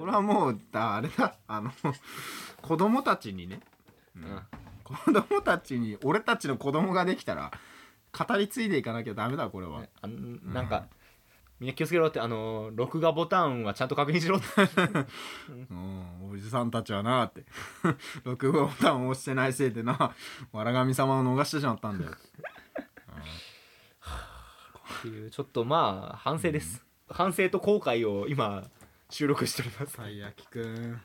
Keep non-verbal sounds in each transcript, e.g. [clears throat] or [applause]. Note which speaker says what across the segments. Speaker 1: れはもうだあれだあの子供たちにね、うん
Speaker 2: うん
Speaker 1: 子供たちに俺たちの子供ができたら語り継いでいかなきゃダメだこれは、
Speaker 2: ねあんなんか、みんな気をつけろってあの録画ボタンはちゃんと確認しろって
Speaker 1: うん、おじさんたちはなって [laughs] 録画ボタンを押してないせいでなわら神様を逃してしまったんだよ
Speaker 2: っていうちょっとまあ反省です、反省と後悔を今収録しております、
Speaker 1: 最悪くん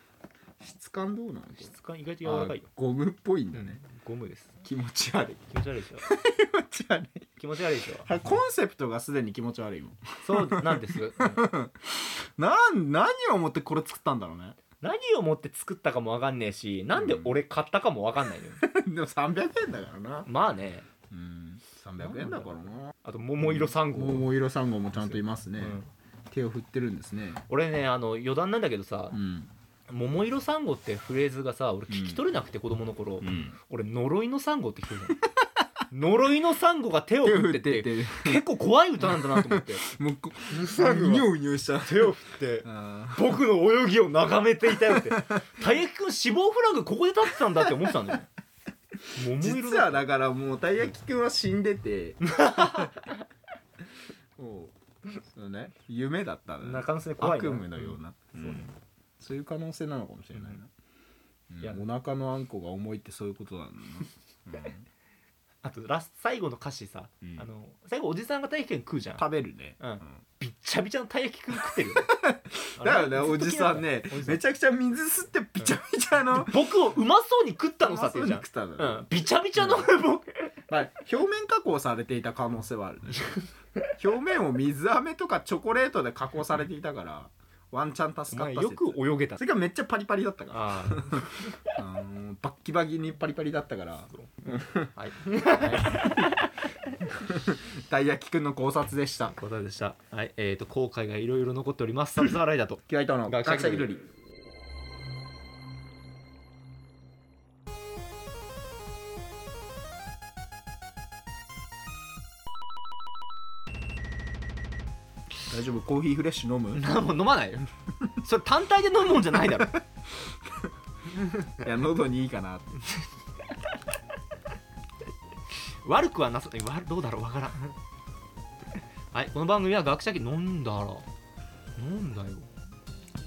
Speaker 1: 質感どうなの
Speaker 2: [laughs] 質感意外と柔らかいよ、
Speaker 1: ゴムっぽいん
Speaker 2: う
Speaker 1: だね、
Speaker 2: ん、ゴムです
Speaker 1: 気持ち悪い
Speaker 2: 気持ち悪 [laughs] いでしょ
Speaker 1: 気持ち悪い
Speaker 2: 気持ち悪いでしょ
Speaker 1: あコンセプトがすでに気持ち悪いもん
Speaker 2: そうなん [laughs] です、うん
Speaker 1: なん何を思ってこれ作ったんだろうね
Speaker 2: 何をもって作ったかもわかんねえしなんで俺買ったかもわかんないのよ、
Speaker 1: [laughs] でも300円だからな
Speaker 2: まあね
Speaker 1: うん300円だからな
Speaker 2: あと桃色3号、
Speaker 1: 桃色サンゴもちゃんといますね、
Speaker 2: うん
Speaker 1: 手を振ってるんですね
Speaker 2: 俺ねあの余談なんだけどさ
Speaker 1: う、ん
Speaker 2: 桃色サンゴってフレーズがさ俺聞き取れなくて子供の頃、
Speaker 1: ん
Speaker 2: 俺呪いのサンゴって聞くの呪いのサンゴが手を
Speaker 1: 手を振
Speaker 2: 振っ
Speaker 1: ってて
Speaker 2: て
Speaker 1: て [laughs]
Speaker 2: 結構怖い歌なんだなと思って
Speaker 1: もうこ
Speaker 2: サンゴ
Speaker 1: うにょうにょうした
Speaker 2: 手を振って
Speaker 1: あ
Speaker 2: 僕の泳ぎを眺めていたよってたい焼きくん死亡フラグここで立ってたんだって思ってたんだよね桃色
Speaker 1: 実はだからもうたい焼きくんは死んでて [laughs] おうそうね夢だったんだね
Speaker 2: 中野先生怖い
Speaker 1: 悪
Speaker 2: な
Speaker 1: 夢のような、
Speaker 2: う
Speaker 1: そ
Speaker 2: ん
Speaker 1: うねそういう可能性なのかもしれないな、
Speaker 2: いや
Speaker 1: うんお腹のあんこが重いってそういうことなん [laughs] だな、うん
Speaker 2: あとラス最後の歌詞さ、
Speaker 1: うん
Speaker 2: あの最後おじさんがたい焼きくん食うじゃん
Speaker 1: 食べるね、
Speaker 2: うんびっちゃびちゃのたい焼きくん食ってるよあれ
Speaker 1: [laughs] だよねおじさんね
Speaker 2: おじさん
Speaker 1: めちゃくちゃ水吸ってびちゃびちゃの
Speaker 2: 僕をうまそうに食ったのさって
Speaker 1: そ
Speaker 2: 言
Speaker 1: う
Speaker 2: う
Speaker 1: に
Speaker 2: じゃん
Speaker 1: 食ったのね
Speaker 2: うん、びちゃびちゃの僕
Speaker 1: まあ、表面加工されていた可能性はあるね
Speaker 2: [laughs]
Speaker 1: 表面を水飴とかチョコレートで加工されていたからワンチャン助
Speaker 2: お
Speaker 1: かっ
Speaker 2: 前
Speaker 1: た
Speaker 2: よ
Speaker 1: 説
Speaker 2: く泳げた
Speaker 1: それがめっちゃパリパリだったか
Speaker 2: あー
Speaker 1: ら、あのーバッキバキにパリパリだったから
Speaker 2: はい
Speaker 1: たい焼きくんの考察でした
Speaker 2: 答えでしたはいえー、と後悔がいろいろ残っておりますサブサーライダーと
Speaker 1: 嫌いとの
Speaker 2: 学者気取り
Speaker 1: 学り大丈夫コーヒーフレッシュ飲む
Speaker 2: なもう飲まないよそれ単体で飲むもんじゃないだろ
Speaker 1: いや喉にいいかなって
Speaker 2: 悪くはなさえわどうだろうわからんはいこの番組は学者気飲んだら飲んだよ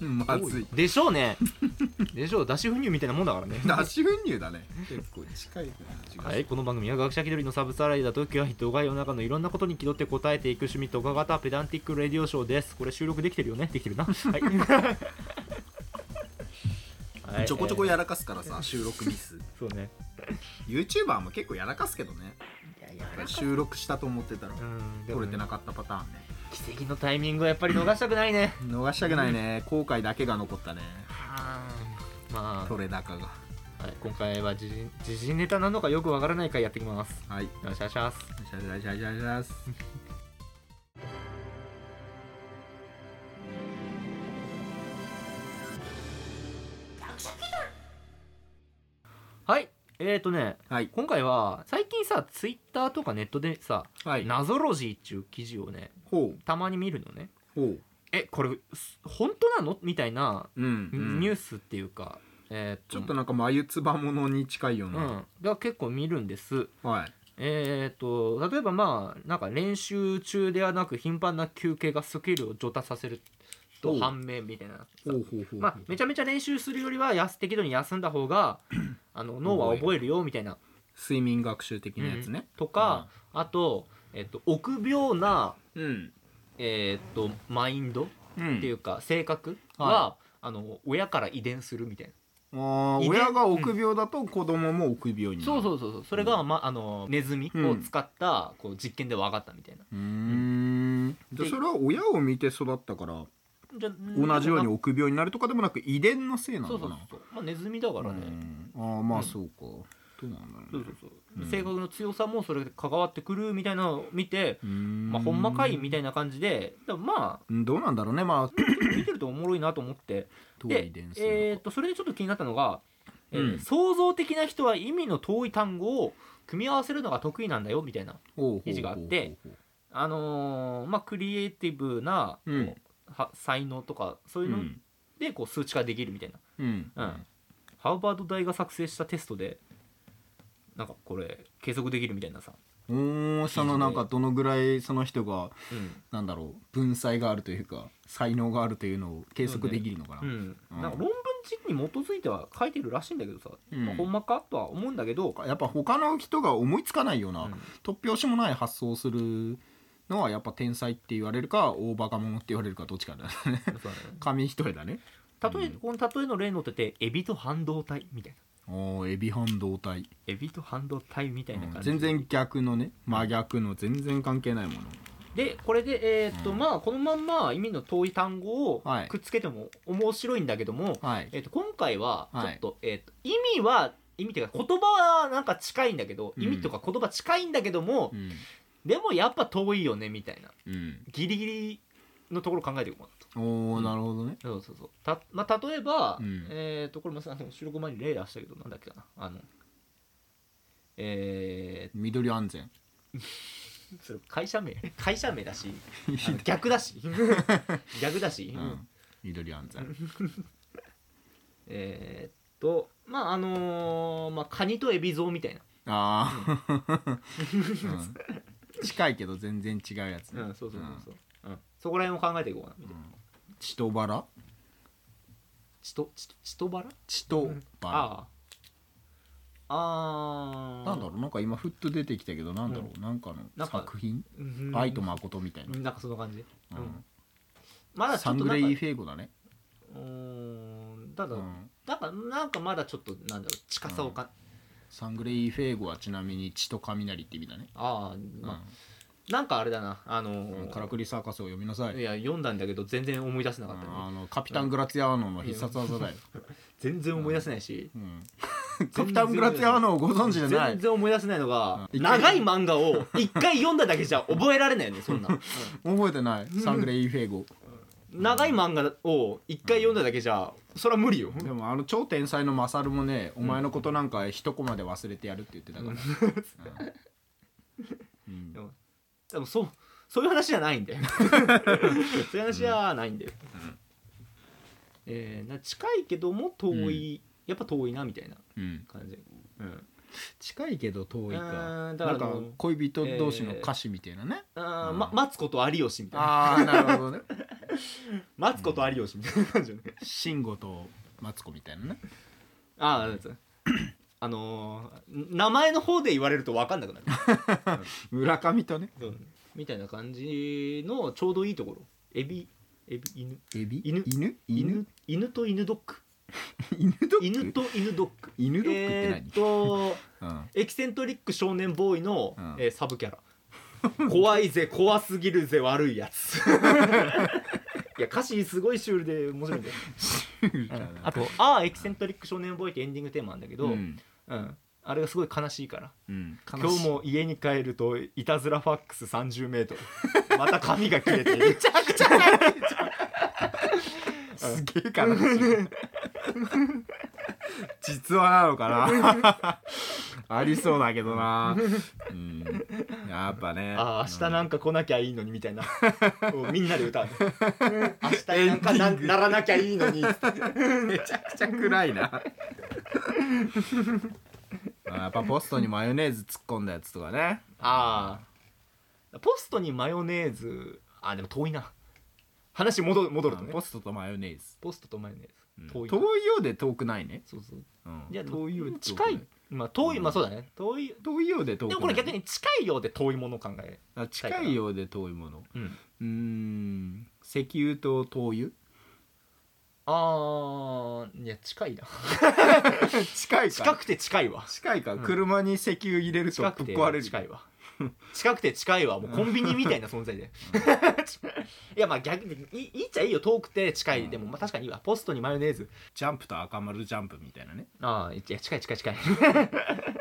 Speaker 1: うん [laughs] ま
Speaker 2: 多
Speaker 1: ずい
Speaker 2: でしょうねでしょう脱脂粉乳みたいなもんだからね
Speaker 1: 脱脂粉乳だね結構近い
Speaker 2: はい、この番組は学者気取りのサブサライダーときは人が世の中のいろんなことに気取って答えていく趣味とか型ペダンティックレディオショーです。これ収録できてるよねできてるな。はい。は
Speaker 1: [laughs]
Speaker 2: い
Speaker 1: ちょこちょこ、やらかすからさ収録ミス
Speaker 2: えーそうね。
Speaker 1: YouTuber も結構やらかすけどね
Speaker 2: いや
Speaker 1: 収録したと思ってたら
Speaker 2: うん、
Speaker 1: 撮れてな
Speaker 2: く
Speaker 1: かったパターンね
Speaker 2: 奇跡のタイミングはやっぱり逃したくないね。
Speaker 1: 逃したくないね後悔だけが残ったね
Speaker 2: まあ、
Speaker 1: 撮れ高が
Speaker 2: はい、今回は時事時事ネタなのかよくわからないからやってきます。
Speaker 1: はいよ
Speaker 2: よろしくお願いします。
Speaker 1: ろしくお願いしますよろしくお願いします
Speaker 2: はい、えーとね、
Speaker 1: はい
Speaker 2: 今回は最近さ、ツイッターとかネットでさ、
Speaker 1: はい
Speaker 2: 謎ロジーっていう記事をね、
Speaker 1: ほう
Speaker 2: たまに見るのね。
Speaker 1: ほ
Speaker 2: えこれす本当なのみたいな
Speaker 1: ううん、うん
Speaker 2: ニュースっていうか、えー
Speaker 1: ちょっとなんか眉唾ものに近いよう
Speaker 2: う
Speaker 1: な、
Speaker 2: んが結構見るんです
Speaker 1: はい
Speaker 2: えっ、と例えばまあなんか練習中ではなく頻繁な休憩がスキルを上達させる
Speaker 1: お
Speaker 2: と
Speaker 1: う
Speaker 2: 判明みたいな
Speaker 1: ほうほうほう
Speaker 2: まあめちゃめちゃ練習するよりはやす適度に休んだ
Speaker 1: [clears throat]
Speaker 2: 方があの脳は覚えるよみたいな
Speaker 1: 睡眠学習的なやつね
Speaker 2: とか、あと,、えっと臆病な、
Speaker 1: うん
Speaker 2: えっとマインド
Speaker 1: うん
Speaker 2: っていうか性格は、
Speaker 1: は
Speaker 2: あの親から遺伝するみたいな。
Speaker 1: あー
Speaker 2: 遺伝
Speaker 1: 親が臆病だと子供も臆病になる
Speaker 2: そうそうそうそうそれが、まあ、あのネズミを使ったこう実験で分かったみたいな、
Speaker 1: うーんじゃあそれは親を見て育ったから
Speaker 2: じゃうん
Speaker 1: 同じように臆病になるとかでもなく遺伝のせいな
Speaker 2: そ
Speaker 1: の
Speaker 2: うそ
Speaker 1: か
Speaker 2: う
Speaker 1: な
Speaker 2: そう、まあ、ネズミだからね、
Speaker 1: うんああま
Speaker 2: う
Speaker 1: あ
Speaker 2: ん
Speaker 1: そうかどうなんだ
Speaker 2: そ
Speaker 1: ろう
Speaker 2: う
Speaker 1: ね
Speaker 2: そうそ
Speaker 1: う
Speaker 2: う、
Speaker 1: ん
Speaker 2: 性格の強さもそれで関わってくるみたいなのを見て、
Speaker 1: うーん
Speaker 2: まあ、ほんまかいみたいな感じででもま
Speaker 1: うんどうなんだろうねまあ
Speaker 2: あ見てるとおもろいなと思って
Speaker 1: どう
Speaker 2: で
Speaker 1: 遺伝、する
Speaker 2: えー、とそれでちょっと気になったのが、えー
Speaker 1: うん
Speaker 2: 創造的な人は意味の遠い単語を組み合わせるのが得意なんだよみたいな、
Speaker 1: のか
Speaker 2: 記事があってあのーまあ、クリエイティブな
Speaker 1: うん
Speaker 2: は才能とかそういうの
Speaker 1: うん
Speaker 2: でこう数値化できるみたいな
Speaker 1: うん
Speaker 2: うん、ハーバード大が作成したテストでなんかこれ計測できるみたいなさ、
Speaker 1: おーそのなんかどのぐらいその人が
Speaker 2: うん
Speaker 1: なんだろう文才があるというか才能があるというのを計測できるのかな、うん
Speaker 2: なんか論文軸に基づいては書いてるらしいんだけどさ、
Speaker 1: うん
Speaker 2: まあほんまかとは思うんだけど、
Speaker 1: やっぱ他の人が思いつかないような、
Speaker 2: うん
Speaker 1: 突拍子もない発想をするのはやっぱ天才って言われるか大バカ者って言われるかどっちかだね
Speaker 2: そうだね
Speaker 1: [laughs] 紙一重だね
Speaker 2: 例えこの例えの例に載っててエビと半導体みたいな
Speaker 1: おーエビ半導体、
Speaker 2: エビと半導体みたいな
Speaker 1: うん
Speaker 2: 感じ、
Speaker 1: 全然逆のね真逆の全然関係ないもの
Speaker 2: でこれでえーっと、
Speaker 1: うん
Speaker 2: まあこのまんま意味の遠い単語を
Speaker 1: はい
Speaker 2: くっつけても面白いんだけども、
Speaker 1: はい
Speaker 2: えー、と今回はちょ
Speaker 1: はい
Speaker 2: っと,、えー、と意味は意味っていうか言葉はなんか近いんだけど、
Speaker 1: うん
Speaker 2: 意味とか言葉近いんだけども、
Speaker 1: うん
Speaker 2: でもやっぱ遠いよねみたいな
Speaker 1: うん
Speaker 2: ギリギリのところ考えていこうかな
Speaker 1: おー、
Speaker 2: うん
Speaker 1: なるほどね
Speaker 2: とそうそうそうた、まあ、例えば、
Speaker 1: うん
Speaker 2: えっ、とこれもさあの収録前に例出したけどなんだっけかなあのえ
Speaker 1: 緑安
Speaker 2: [laughs]
Speaker 1: 全
Speaker 2: ー、それ会
Speaker 1: [laughs]
Speaker 2: 社名会社名だしあの逆だし逆だし、
Speaker 1: うん緑安全
Speaker 2: えーっとまああのーまあカニとエビゾウみたいな、
Speaker 1: ああ、うん近いけど全然違うやつね、
Speaker 2: うん、そうそうそうそう、うんそこら辺を考えていこうかなみたいな
Speaker 1: チトバラ
Speaker 2: チトチトチトバラ
Speaker 1: チトバラ
Speaker 2: ああああ
Speaker 1: なんだろうなんか今ふっと出てきたけどなんだろう、なんか
Speaker 2: な
Speaker 1: の
Speaker 2: んか
Speaker 1: 作品
Speaker 2: う、ん
Speaker 1: 愛と誠みたいな、
Speaker 2: なんかその感じ
Speaker 1: うん
Speaker 2: うんまだち
Speaker 1: サ
Speaker 2: ょ
Speaker 1: ン
Speaker 2: っと
Speaker 1: グ
Speaker 2: な
Speaker 1: レ
Speaker 2: んか
Speaker 1: イ・フェーゴだね、
Speaker 2: うーんただ、
Speaker 1: うん
Speaker 2: なんかなんかまだちょっとなんだろう近さをか、
Speaker 1: サングレイ・フェーゴはちなみに血と雷って意味だね、
Speaker 2: ああ
Speaker 1: うん
Speaker 2: まあ、なんかあれだなあのー
Speaker 1: カラクリサーカスを読みなさい、
Speaker 2: いや読んだんだけど全然思い出せなか
Speaker 1: う
Speaker 2: ったね、
Speaker 1: んあのカピタン・グラツィアーノの必殺技だよ、
Speaker 2: 全然思い出せないし、
Speaker 1: うん [laughs] カピタン・グラツィアーノをご存知じゃない
Speaker 2: 全然思い出せないのが、
Speaker 1: うん
Speaker 2: 長い漫画を一回読んだだけじゃ覚えられないよねそんな、
Speaker 1: 覚えてないサングレイ・フェーゴ
Speaker 2: 長い漫画を一回読んだだけじゃそれは無理よ
Speaker 1: でもあの超天才のマサルもね、お前のことなんか一コマで忘れてやるって言ってたから、 [laughs] うん
Speaker 2: でもでもそうそういう話じゃないん
Speaker 1: [laughs]
Speaker 2: だよそういう話じゃないんだよ、
Speaker 1: ん
Speaker 2: えーな近いけども遠い、やっぱ遠いなみたいな
Speaker 1: うん
Speaker 2: 感じ、うん、
Speaker 1: 近いけど遠いか
Speaker 2: あーだか
Speaker 1: な
Speaker 2: ら
Speaker 1: んか
Speaker 2: あの
Speaker 1: 恋人同士の歌詞みたいなね、
Speaker 2: あー
Speaker 1: うん
Speaker 2: ま、待つこと有吉みたいな
Speaker 1: ああなるほどね
Speaker 2: 待つこと有吉みたいな感じよね
Speaker 1: [laughs] 慎吾とマツコみたいなね
Speaker 2: ああ、なんですあのー名前の方で言われると分かんなくなる、
Speaker 1: 村上とね
Speaker 2: みたいな感じのちょうどいいところエビエビ犬
Speaker 1: エビ
Speaker 2: 犬
Speaker 1: 犬犬
Speaker 2: 犬犬と犬ドッグ
Speaker 1: 犬ドッグ
Speaker 2: 犬と犬ドッグ
Speaker 1: 犬ドッグって
Speaker 2: え
Speaker 1: 何
Speaker 2: ーっ、と
Speaker 1: うん
Speaker 2: エキセントリック少年ボーイの、
Speaker 1: うん
Speaker 2: えーサブキャラ怖いぜ怖すぎるぜ悪いや
Speaker 1: [laughs]
Speaker 2: ついや歌詞すごいシュールで面白いんだよ
Speaker 1: [laughs]
Speaker 2: あと「ああエキセントリック少年ボーイ」ってエンディングテーマなんだけど、
Speaker 1: うん
Speaker 2: うんあれがすごい悲しいから
Speaker 1: うん、
Speaker 2: 今日も家に帰るといたずらファックス3 0ルまた髪が切れている
Speaker 1: すげえ悲しい実話なのかな
Speaker 2: [laughs]
Speaker 1: ありそうだけどな、うん、やっぱね
Speaker 2: ああ明日なんか来なきゃいいのにみ
Speaker 1: [laughs]
Speaker 2: たいなをみんなで歌う明日になんか
Speaker 1: エ
Speaker 2: な
Speaker 1: ンディング
Speaker 2: ならなきゃいいのに
Speaker 1: [laughs] めちゃくちゃ暗いなあやっぱポストにマヨネーズ突っ込んだやつとかね
Speaker 2: ああポストにマヨネーズあーでも遠いな話戻る戻るとね
Speaker 1: ポストとマヨネーズ、
Speaker 2: ポストとマヨネーズ
Speaker 1: 遠
Speaker 2: 遠
Speaker 1: い
Speaker 2: い
Speaker 1: よ
Speaker 2: な
Speaker 1: うで遠くないね、
Speaker 2: そうそう
Speaker 1: うん
Speaker 2: いや
Speaker 1: 遠いようで遠く
Speaker 2: 近
Speaker 1: ない
Speaker 2: まあ遠いまあそうだね遠い
Speaker 1: 遠いようで遠くな
Speaker 2: で
Speaker 1: い
Speaker 2: もこれ逆に近いようで遠いものを考え
Speaker 1: あ近いようで遠いもの
Speaker 2: うん
Speaker 1: うーん石油と灯
Speaker 2: [laughs]
Speaker 1: 油
Speaker 2: あーいや近いな
Speaker 1: 近い
Speaker 2: 近くて近いわ
Speaker 1: 近いか、
Speaker 2: うん
Speaker 1: 車に石油入れると
Speaker 2: 近
Speaker 1: ぶ
Speaker 2: く
Speaker 1: って壊れる
Speaker 2: 近いわ [laughs] 近くて近いわもうコンビニみたいな存在 [laughs] でいやまあ逆にいいいっちゃいいよ遠くて近い、
Speaker 1: うん
Speaker 2: でもまあ確かにいいわポストにマヨネーズ
Speaker 1: ジャンプと赤丸ジャンプみたいなね
Speaker 2: ああいや近い近い近 [laughs] い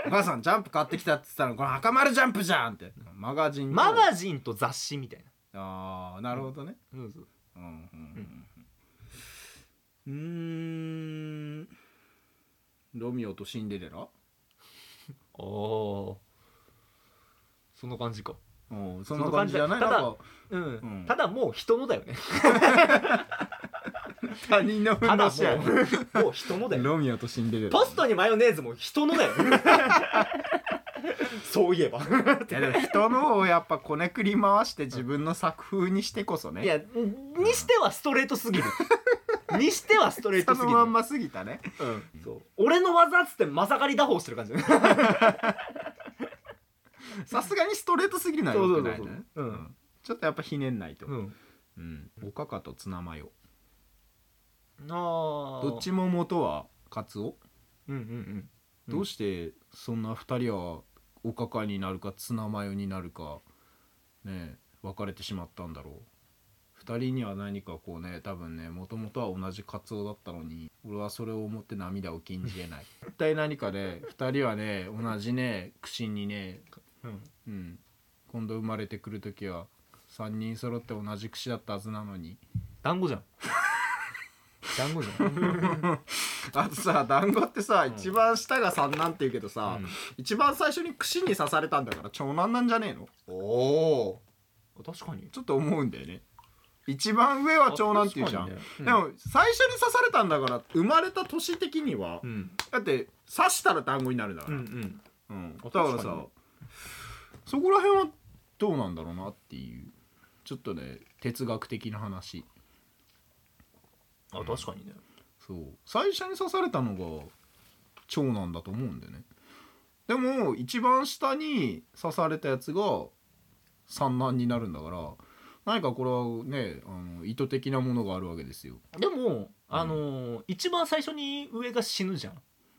Speaker 1: お母さんジャンプ買ってきたっつったらこの赤丸ジャンプじゃんってマガジンと
Speaker 2: マガジンと雑誌みたい
Speaker 1: ああなるほどね、
Speaker 2: なそうそう
Speaker 1: うんうんうんうーんロミオとシンデレラ
Speaker 2: おーその感じか
Speaker 1: うんそん
Speaker 2: そん
Speaker 1: な
Speaker 2: な
Speaker 1: 感
Speaker 2: 感
Speaker 1: じ
Speaker 2: じ
Speaker 1: じ
Speaker 2: じ
Speaker 1: ゃ
Speaker 2: ゃ
Speaker 1: な
Speaker 2: ない
Speaker 1: なん
Speaker 2: い [laughs] ただ
Speaker 1: か
Speaker 2: うん、
Speaker 1: うん
Speaker 2: ただもう人のだよね
Speaker 1: 他人のふ
Speaker 2: た
Speaker 1: んど
Speaker 2: だも
Speaker 1: しや
Speaker 2: うもう人のだ [laughs] よ
Speaker 1: ロミオとシンデレラ
Speaker 2: パスタにマヨネーズも人のだよ [laughs] そういえば
Speaker 1: いやでも人のをやっぱこねくり回して自分の作風にしてこそね
Speaker 2: いやにしてはストレートすぎ
Speaker 1: [laughs]
Speaker 2: るにしてはストレー
Speaker 1: そ
Speaker 2: トすぎ
Speaker 1: の
Speaker 2: る
Speaker 1: まんますぎたね
Speaker 2: うん、そう俺の技っつってまさかり打法して
Speaker 1: [laughs]
Speaker 2: る感じだね
Speaker 1: さすがにストレートすぎるのはよくないね
Speaker 2: う、
Speaker 1: うんんちょっとやっぱひねんないと、
Speaker 2: う
Speaker 1: うん
Speaker 2: ん、
Speaker 1: おかかとツナマヨ
Speaker 2: ああ
Speaker 1: どっちも元はカツオ
Speaker 2: うんうんうん
Speaker 1: どうしてそんな二人はおかかになるかツナマヨになるかねえ別れてしまったんだろう二人には何かこうね多分ねもともとは同じカツオだったのに俺はそれを思って涙を禁じ得
Speaker 2: [laughs]
Speaker 1: ない一体何かね二人はね同じね苦心にね、
Speaker 2: うん
Speaker 1: うん、今度生まれてくる時は三人揃って同じ櫛だったはずなのに
Speaker 2: 団子じゃん団子じゃん、
Speaker 1: [laughs] あとさ団子ってさ、
Speaker 2: ん
Speaker 1: 一番下が三なんて言うけどさ、
Speaker 2: うん
Speaker 1: 一番最初に櫛に刺されたんだから長男なんじゃねえの
Speaker 2: おお確かに
Speaker 1: ちょっと思うんだよね一番上は長男っていうじゃん、
Speaker 2: あ確か
Speaker 1: で
Speaker 2: にね
Speaker 1: も最初に刺されたんだから生まれた年的には、
Speaker 2: うん
Speaker 1: だって刺したら団子になるだか
Speaker 2: うん
Speaker 1: ら、
Speaker 2: う
Speaker 1: うん
Speaker 2: ん
Speaker 1: だ
Speaker 2: あ
Speaker 1: から
Speaker 2: 確か
Speaker 1: さ
Speaker 2: に
Speaker 1: そこら辺はどうなんだろうなっていうちょっとね哲学的な話
Speaker 2: あ確かにね
Speaker 1: そう最初に刺されたのが長男だと思うんだよねでも一番下に刺されたやつが三男になるんだから何かこれはねあの意図的なものがあるわけですよ
Speaker 2: でもあのー一番最初に上が死ぬじゃん、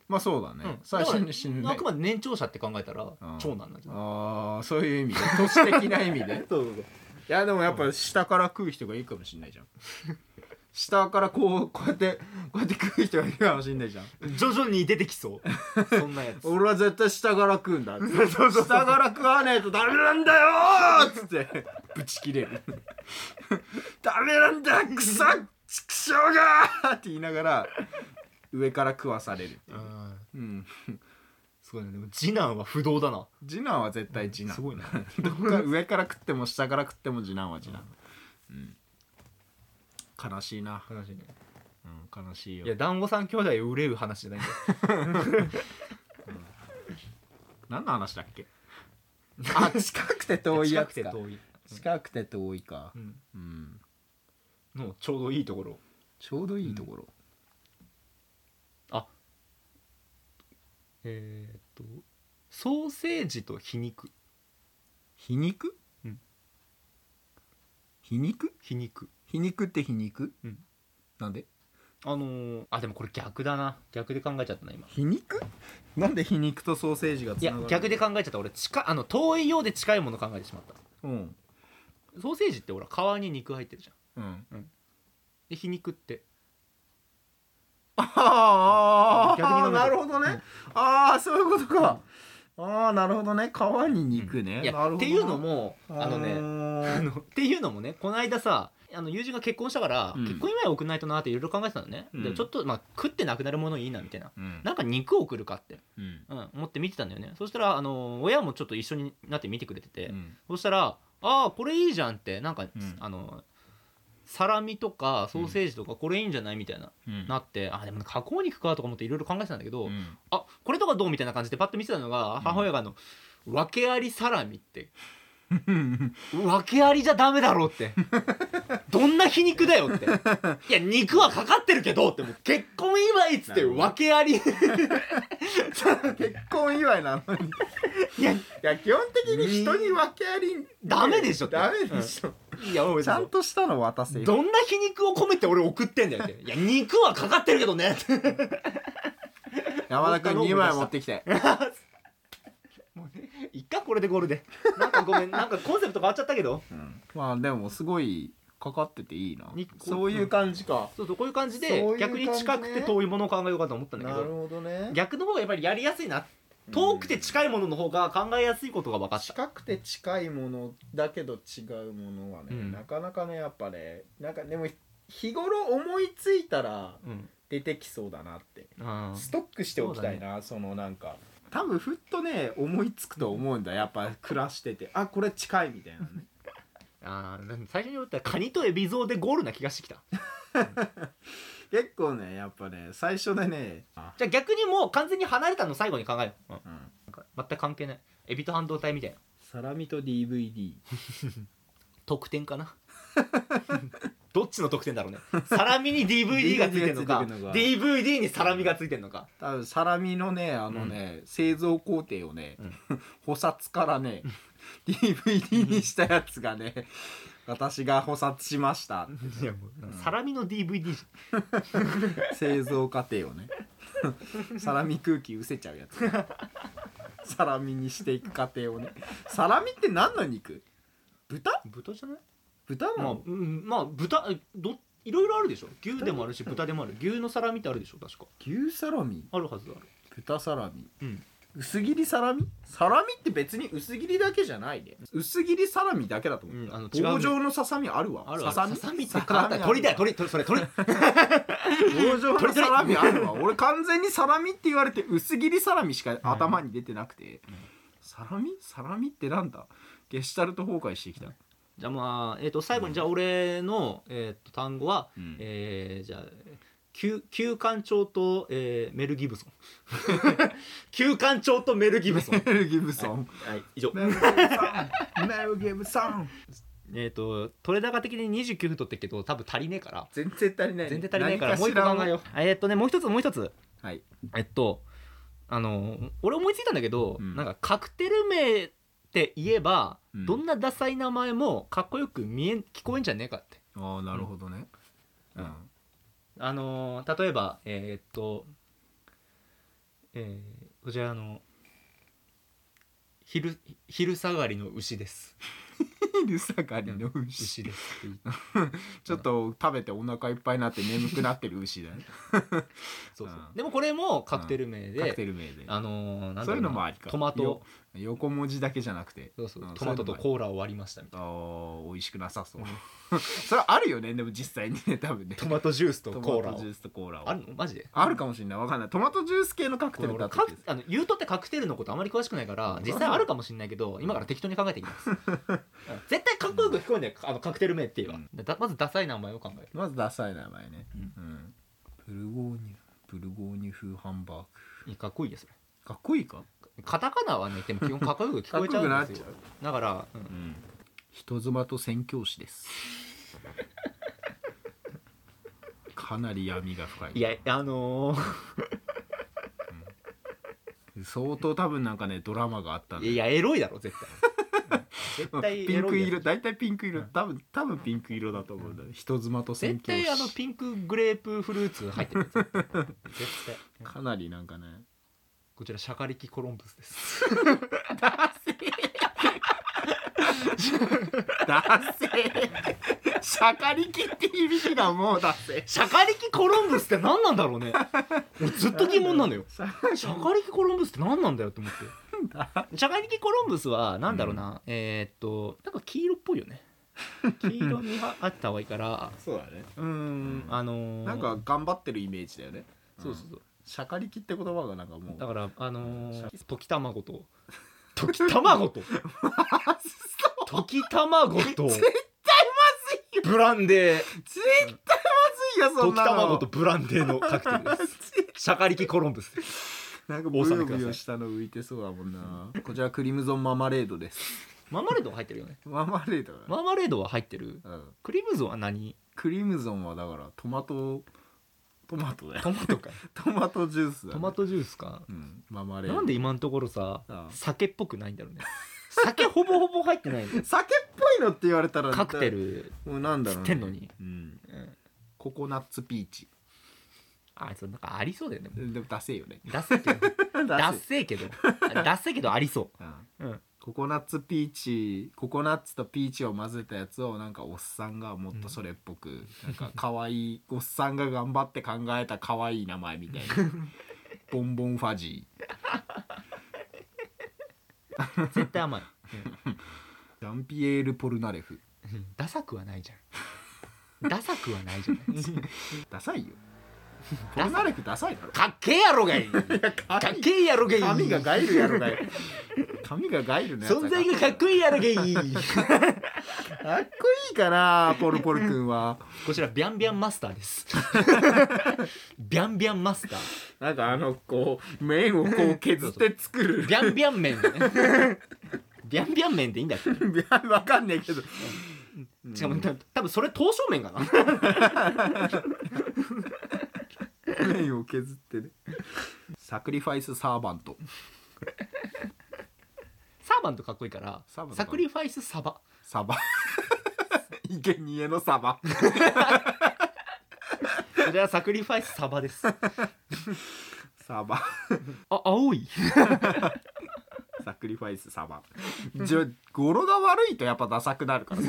Speaker 1: まあそうだね、
Speaker 2: うん
Speaker 1: 最初に死ぬ
Speaker 2: あ
Speaker 1: ね
Speaker 2: くまで年長者って考えたら
Speaker 1: ん
Speaker 2: 長男なんじゃない
Speaker 1: ああそういう意味で都市的な意味
Speaker 2: [laughs]
Speaker 1: で
Speaker 2: そうそうそう
Speaker 1: いやでもやっぱ下から食う人がいいかもしんないじゃん下からこうこうやってこうやって食う人がいいかもしんないじゃん
Speaker 2: 徐々に出てきそうそんなやつ
Speaker 1: 俺は絶対下から食 [laughs] うんだ下から食わねえとダメなんだよーっつってぶち切れるダメなんだクソ畜生がーって言いながら上から食わされる、
Speaker 2: うん
Speaker 1: うん、
Speaker 2: すごいねでも次男は不動だな
Speaker 1: 次男は絶対次男、
Speaker 2: すごい [laughs] な
Speaker 1: どっか上から食っても下から食っても次男は次男、うん悲しいな、
Speaker 2: 話ね
Speaker 1: うん、悲しいよ
Speaker 2: いや団子さん兄弟を憂う話じゃないんだよ
Speaker 1: 何の話だっけあ近くて遠いや
Speaker 2: 近く
Speaker 1: つ
Speaker 2: て
Speaker 1: か
Speaker 2: [laughs] 遠い、
Speaker 1: [laughs] 近くて遠いか
Speaker 2: う、ん、
Speaker 1: うん、
Speaker 2: のちょうどいいところ
Speaker 1: ちょうどいいところ、
Speaker 2: えーっとソーセージと皮肉
Speaker 1: 皮肉、
Speaker 2: うん
Speaker 1: 皮肉
Speaker 2: 皮肉
Speaker 1: 皮肉って皮肉、
Speaker 2: うん
Speaker 1: なんで
Speaker 2: あのー、あでもこれ逆だな逆で考えちゃったな今
Speaker 1: 皮肉なんで皮肉とソーセージがつな
Speaker 2: いや
Speaker 1: がるの
Speaker 2: 逆で考えちゃった俺近あの遠いようで近いもの考えてしまった
Speaker 1: うん
Speaker 2: ソーセージってほら皮に肉入ってるじゃん
Speaker 1: うん
Speaker 2: で皮肉って
Speaker 1: あー
Speaker 2: 逆に飲めた
Speaker 1: なるほどね、
Speaker 2: うん
Speaker 1: ああそういうことか、ああなるほどね皮に肉ね、
Speaker 2: いや
Speaker 1: なるほどな
Speaker 2: っていうのもあのねあ
Speaker 1: ね
Speaker 2: のっていうのもねこの間さあの友人が結婚したから、
Speaker 1: うん
Speaker 2: 結婚祝い送んないとなっていろいろ考えてたのね、
Speaker 1: うん
Speaker 2: でちょっと、まあ、食ってなくなるものいいなみたいな
Speaker 1: うん
Speaker 2: なんか肉を送るかって、
Speaker 1: うん
Speaker 2: うん、思って見てたんだよねそしたらあの親もちょっと一緒になって見てくれてて、
Speaker 1: うん
Speaker 2: そしたら「ああこれいいじゃん」ってなんか、
Speaker 1: ん
Speaker 2: あのサラミとかソーセージとかこれいいんじゃないみたいな、
Speaker 1: うん
Speaker 2: なってあでも加工肉かとか思っていろいろ考えてたんだけど、
Speaker 1: うん
Speaker 2: あこれとかどうみたいな感じでパッと見てたのが、母親があの「訳ありサラ
Speaker 1: [laughs]
Speaker 2: ミ」って訳ありじゃダメだろうってどんな皮肉だよ
Speaker 1: [laughs]
Speaker 2: っていや肉はかかってるけどってもう結婚祝いっつって訳ありい
Speaker 1: 結婚祝いなのに
Speaker 2: や
Speaker 1: いや基本的に人に分けあり
Speaker 2: ダメでしょって
Speaker 1: ダメでしょ、
Speaker 2: いやもう
Speaker 1: ちゃんとしたの渡せよ
Speaker 2: どんな皮肉を込めて俺送ってんだよっていや肉はかかってるけどねって
Speaker 1: 山田君2枚持ってきて
Speaker 2: もうねいっかこれでゴールでなんか
Speaker 1: [laughs]
Speaker 2: ごめんなんかコンセプト変わっちゃったけど
Speaker 1: まあでもすごいかかってていいな
Speaker 2: に
Speaker 1: そういう感じか、
Speaker 2: そうそうこういう感じで
Speaker 1: そういう感じね
Speaker 2: 逆に近くて遠いものを考えようかと思ったんだけど
Speaker 1: ほどね
Speaker 2: 逆の方がやっぱりやりやすいな遠くて近いものの方が考えやすいことが分かった
Speaker 1: 近くて近いものだけど違うものはね、
Speaker 2: うん
Speaker 1: なかなかねやっぱねなんかでも日頃思いついたら
Speaker 2: うん
Speaker 1: 出てきそうだなって、
Speaker 2: あ
Speaker 1: ストックしておきたいなそ,、のなんか多分ふっとね思いつくと思うんだやっぱ暮らしててあこれ [laughs] 近いみたいなね
Speaker 2: あーなん最初に言ったらカニとエビゾウでゴールな気がしてきた
Speaker 1: 結構ねやっぱね最初でねあ
Speaker 2: じゃあ逆にもう完全に離れたの最後に考えよう、うん
Speaker 1: うん
Speaker 2: 全く関係ないエビと半導体みたいな
Speaker 1: サラミと DVD
Speaker 2: 特典かな [laughs] どっちの特典だろうねサラミに DVD がついてんのか
Speaker 1: DVD がついて
Speaker 2: DVD にサラミがついてんのか
Speaker 1: 多分サラミのねあのね、製造工程をね、 [laughs] 補殺からね DVD にしたやつがね私が補殺しました
Speaker 2: いやもうサラミの DVD じ
Speaker 1: 製造過程をねサラミ空気うせちゃうやつ
Speaker 2: [laughs]
Speaker 1: サラミにしていく過程をねサラミって何の肉豚
Speaker 2: ゃん豚じゃない
Speaker 1: 豚な
Speaker 2: まあ、
Speaker 1: の、
Speaker 2: うん、まあ豚えどいろいろあるでしょ牛でもあるし豚でもある牛のサラミってあるでしょ確か
Speaker 1: 牛サラミ
Speaker 2: あるはずだある
Speaker 1: 豚サラミ
Speaker 2: うん
Speaker 1: 薄切りサラミサラミって別に薄切りだけじゃないで薄切りサラミだけだと思っ
Speaker 2: うん
Speaker 1: た、
Speaker 2: あの違うね
Speaker 1: 棒状のささみあるわ
Speaker 2: ある
Speaker 1: さ
Speaker 2: あ
Speaker 1: さ
Speaker 2: さ
Speaker 1: み
Speaker 2: さみって変わった鳥だよ鳥鳥それ鳥
Speaker 1: 棒状のサラミあるわ俺完全にサラミって言われて薄切りサラミしか頭に出てなくて、サラミサラミってなんだゲシュタルト崩壊してきた、
Speaker 2: [laughs] じゃあまあえっ、と最後にじゃあ俺の、えー、と単語は、
Speaker 1: [laughs] うん
Speaker 2: えーじゃあ旧旧館長と、えーメル・ギブソン [laughs] 旧館長とメル・ギブソン
Speaker 1: メル・ギブソン。
Speaker 2: [laughs] はい以上
Speaker 1: メル・ギブソン。メル・ギブソン。
Speaker 2: えっ、とトレーダーが的に29分取ってるけど多分足りねえから
Speaker 1: 全然足りない。
Speaker 2: 全然足りないからもう一個
Speaker 1: 何
Speaker 2: 考
Speaker 1: か
Speaker 2: え
Speaker 1: し
Speaker 2: ようえっ、とねもう一つもう一つ
Speaker 1: らの。はい。
Speaker 2: えっとあの俺思いついたんだけど、
Speaker 1: うん
Speaker 2: なんかカクテル名って言えば、
Speaker 1: うん
Speaker 2: どんなダサい名前もかっこよく見えん聞こえんじゃねえかって
Speaker 1: ああ、なるほどね。 [laughs] うん。
Speaker 2: あのー例えばえーっとえーこちらあの昼昼下がりの
Speaker 1: [laughs]
Speaker 2: 牛です
Speaker 1: 昼下がりの牛。
Speaker 2: 牛ですって言
Speaker 1: [laughs]
Speaker 2: って
Speaker 1: ちょっと食べてお腹いっぱいになって眠くなってる牛だね。
Speaker 2: そうそう、
Speaker 1: うん
Speaker 2: でもこれもカクテル名
Speaker 1: カクテ
Speaker 2: で、
Speaker 1: ル名で。
Speaker 2: あのーなんだろな
Speaker 1: そういうのもありか。
Speaker 2: トマト
Speaker 1: よ。横文字だけじゃなくて。
Speaker 2: そうそう、
Speaker 1: ん
Speaker 2: トマト
Speaker 1: そ
Speaker 2: と
Speaker 1: ういうのも
Speaker 2: コーラを割りましたみたい
Speaker 1: ありあー美味しくなさそう。 [laughs] それあるよね、でも実際にね、多分ね。
Speaker 2: なトマトジュースと
Speaker 1: ト
Speaker 2: コーラ
Speaker 1: マ
Speaker 2: を
Speaker 1: トジュースとコーラを。
Speaker 2: あるのマジで
Speaker 1: あるかもしれない。わかんない。トマトジュース系のカク
Speaker 2: こ
Speaker 1: テ
Speaker 2: れ
Speaker 1: ルだ
Speaker 2: 俺
Speaker 1: った
Speaker 2: カ
Speaker 1: 気
Speaker 2: ク
Speaker 1: がする
Speaker 2: あの言うとってカクテルのことあまり詳しくないから実際あるかもしれないけど今から適当に考えていきま
Speaker 1: [laughs]
Speaker 2: すうん絶対かっこよく聞こえんだよあのカクテル名って言えば、
Speaker 1: うん
Speaker 2: だまずダサい名前を考える
Speaker 1: まずダサい名前ね、
Speaker 2: うん
Speaker 1: うんブルゴーニュブルゴーニュ風ハンバーグ
Speaker 2: いやかっこいいよそれ
Speaker 1: かっこいいか
Speaker 2: カタカナはねでも基本かっこよく聞こえちゃ
Speaker 1: か
Speaker 2: うん
Speaker 1: っこ
Speaker 2: で
Speaker 1: よ
Speaker 2: す
Speaker 1: く
Speaker 2: よ
Speaker 1: なっち
Speaker 2: だから、うん
Speaker 1: うん人妻と宣教師
Speaker 2: [laughs]
Speaker 1: ですかなり闇が深い
Speaker 2: いやあのー
Speaker 1: 相当多分なんかねドラマがあったんだよ
Speaker 2: いやエロいだろ絶
Speaker 1: [laughs]
Speaker 2: 対
Speaker 1: うん
Speaker 2: 絶対
Speaker 1: ピ
Speaker 2: エ
Speaker 1: ン
Speaker 2: ロ
Speaker 1: ク
Speaker 2: い
Speaker 1: 色
Speaker 2: やつ
Speaker 1: 大体ピンク色多分多分ピンク色だと思うんだよ人妻と宣
Speaker 2: 絶
Speaker 1: 教師
Speaker 2: 対あのピンクグレープフルーツ入って
Speaker 1: [laughs]
Speaker 2: るやつ絶対
Speaker 1: かなりなんかね
Speaker 2: こちらシャカリキコロンブスです
Speaker 1: ダセーシャカリキって響きがもうダセー
Speaker 2: シャカリキコロンブスって何なんだろうね俺ずっと疑問なのよ
Speaker 1: シャ
Speaker 2: シャカリキコロンブスって何なんだよって思って [laughs] シャカリキコロンブスは何だろうな、えー、っとなんか黄色っぽいよ [laughs] ね黄色みがあった方がいいから
Speaker 1: そうだね
Speaker 2: うーんあのー、
Speaker 1: なんか頑張ってるイメージだよね
Speaker 2: そうそうそう
Speaker 1: シャカリキって言葉がなんかもう
Speaker 2: だからあの
Speaker 1: シャ
Speaker 2: ー
Speaker 1: キ、
Speaker 2: 溶き卵と [laughs] 溶き
Speaker 1: [laughs]
Speaker 2: 卵と溶き卵と
Speaker 1: 絶対
Speaker 2: ブランデー
Speaker 1: 絶対まずいよそ
Speaker 2: 溶
Speaker 1: ん
Speaker 2: き
Speaker 1: なの
Speaker 2: 卵とブランデーのカクテル
Speaker 1: [laughs]
Speaker 2: ですシャカリキコロンブスです
Speaker 1: なんかブ
Speaker 2: お納
Speaker 1: ヨ
Speaker 2: めください
Speaker 1: ブヨしたの浮いてそうだもんなこちらクリムゾンママレードです
Speaker 2: マーマレードは入ってるよね
Speaker 1: ママレードだね
Speaker 2: マーマレードは入ってる
Speaker 1: うん
Speaker 2: クリームゾンは何
Speaker 1: クリムゾンはだからトマトトマトだよ
Speaker 2: トマト
Speaker 1: [laughs]
Speaker 2: か
Speaker 1: トマトジュースだね
Speaker 2: トマトジュースか
Speaker 1: うんママレード
Speaker 2: なんで今のところさ
Speaker 1: ああ
Speaker 2: 酒っぽくないんだろ
Speaker 1: [laughs]
Speaker 2: うね酒ほぼほぼ入ってないの
Speaker 1: 酒っぽいのって言われたら
Speaker 2: カクテル
Speaker 1: もうなんだろう
Speaker 2: つってんのに
Speaker 1: うん
Speaker 2: うん
Speaker 1: ココナッツピーチ
Speaker 2: あそうなんかありそうだよね
Speaker 1: でもダセえ
Speaker 2: [laughs]
Speaker 1: よね
Speaker 2: ダッセーけど
Speaker 1: [laughs]
Speaker 2: ダ
Speaker 1: ダ
Speaker 2: ッ
Speaker 1: セ
Speaker 2: セ
Speaker 1: [laughs]
Speaker 2: ーけどダッセーけどありそ
Speaker 1: えうん
Speaker 2: う、うん、
Speaker 1: ココナッツピーチココナッツとピーチを混ぜたやつをなんかおっさんがもっとそれっぽく、なんか可愛いおっさんが頑張って考えた可愛い名前みたい
Speaker 2: [laughs]
Speaker 1: なボンボンファジー
Speaker 2: 絶対甘い、
Speaker 1: ジャンピエール・ポルナレフ
Speaker 2: うん、ダサくはないじゃんダサくはないじゃん
Speaker 1: [laughs] ダサいよポルナレフダサいだろ
Speaker 2: かっけえやろがいかっけえやろがい
Speaker 1: 髪がガイルやろがい髪がガイルのやつだ
Speaker 2: 存在がかっこいいやろがい
Speaker 1: かっこいいかなポルポル君は
Speaker 2: こちらビャンビャンマスターです
Speaker 1: [laughs]
Speaker 2: ビャンビャンマスター
Speaker 1: なんかあのこう麺をこう削って作る
Speaker 2: ビャンビャン麺
Speaker 1: [laughs]
Speaker 2: ビャンビャン麺でいいんだっけ
Speaker 1: いやわかんないけど
Speaker 2: しかもた多分それ刀削麺かな
Speaker 1: [laughs] 麺を削ってねサクリファイスサーバント
Speaker 2: サーバントかっこいいから
Speaker 1: サーバントかっこいい
Speaker 2: サクリファイスサバ
Speaker 1: サバ生贄のサバ
Speaker 2: それはサクリファイスサバですあ
Speaker 1: サバ
Speaker 2: 青い
Speaker 1: サクリファイスサバじゃ語呂が悪いとやっぱダサくなる [laughs] からさ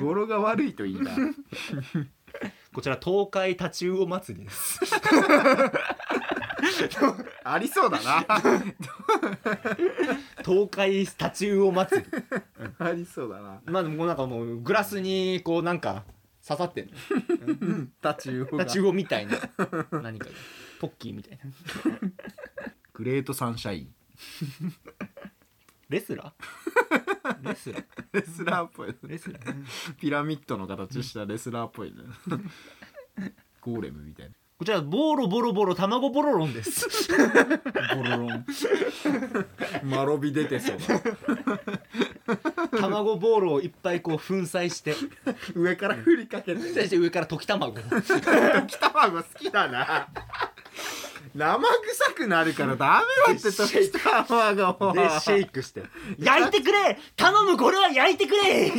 Speaker 1: 語呂が悪いといいな
Speaker 2: こちら東海タチウオ祭りです
Speaker 1: ありそうだな
Speaker 2: 東海タチウオ祭り
Speaker 1: [laughs] ありそうだな
Speaker 2: まあでもなんかもうグラスにこうなんか刺さってる
Speaker 1: タチウオ
Speaker 2: タ
Speaker 1: が
Speaker 2: チウオみたいな
Speaker 1: [laughs]
Speaker 2: 何かがポッキーみたいな
Speaker 1: グレートサンシャイン
Speaker 2: レスラ
Speaker 1: [laughs]
Speaker 2: ーレスラー
Speaker 1: レスラーっぽい
Speaker 2: レスラー
Speaker 1: ピラミッドの形したレスラーっぽいね [laughs] ゴーレムみたい
Speaker 2: こちらボロボロボロ卵ボロロンです
Speaker 1: なゴロロンマロビ出てそうだ
Speaker 2: 卵ボーロをいっぱいこう粉砕して
Speaker 1: 上から振りかけて
Speaker 2: 粉砕して上から溶き卵を
Speaker 1: 溶き卵好きだな生臭くなるからダメだって溶き卵
Speaker 2: でシェイクして「 [laughs] 焼いてくれ頼むこれは焼いてくれ!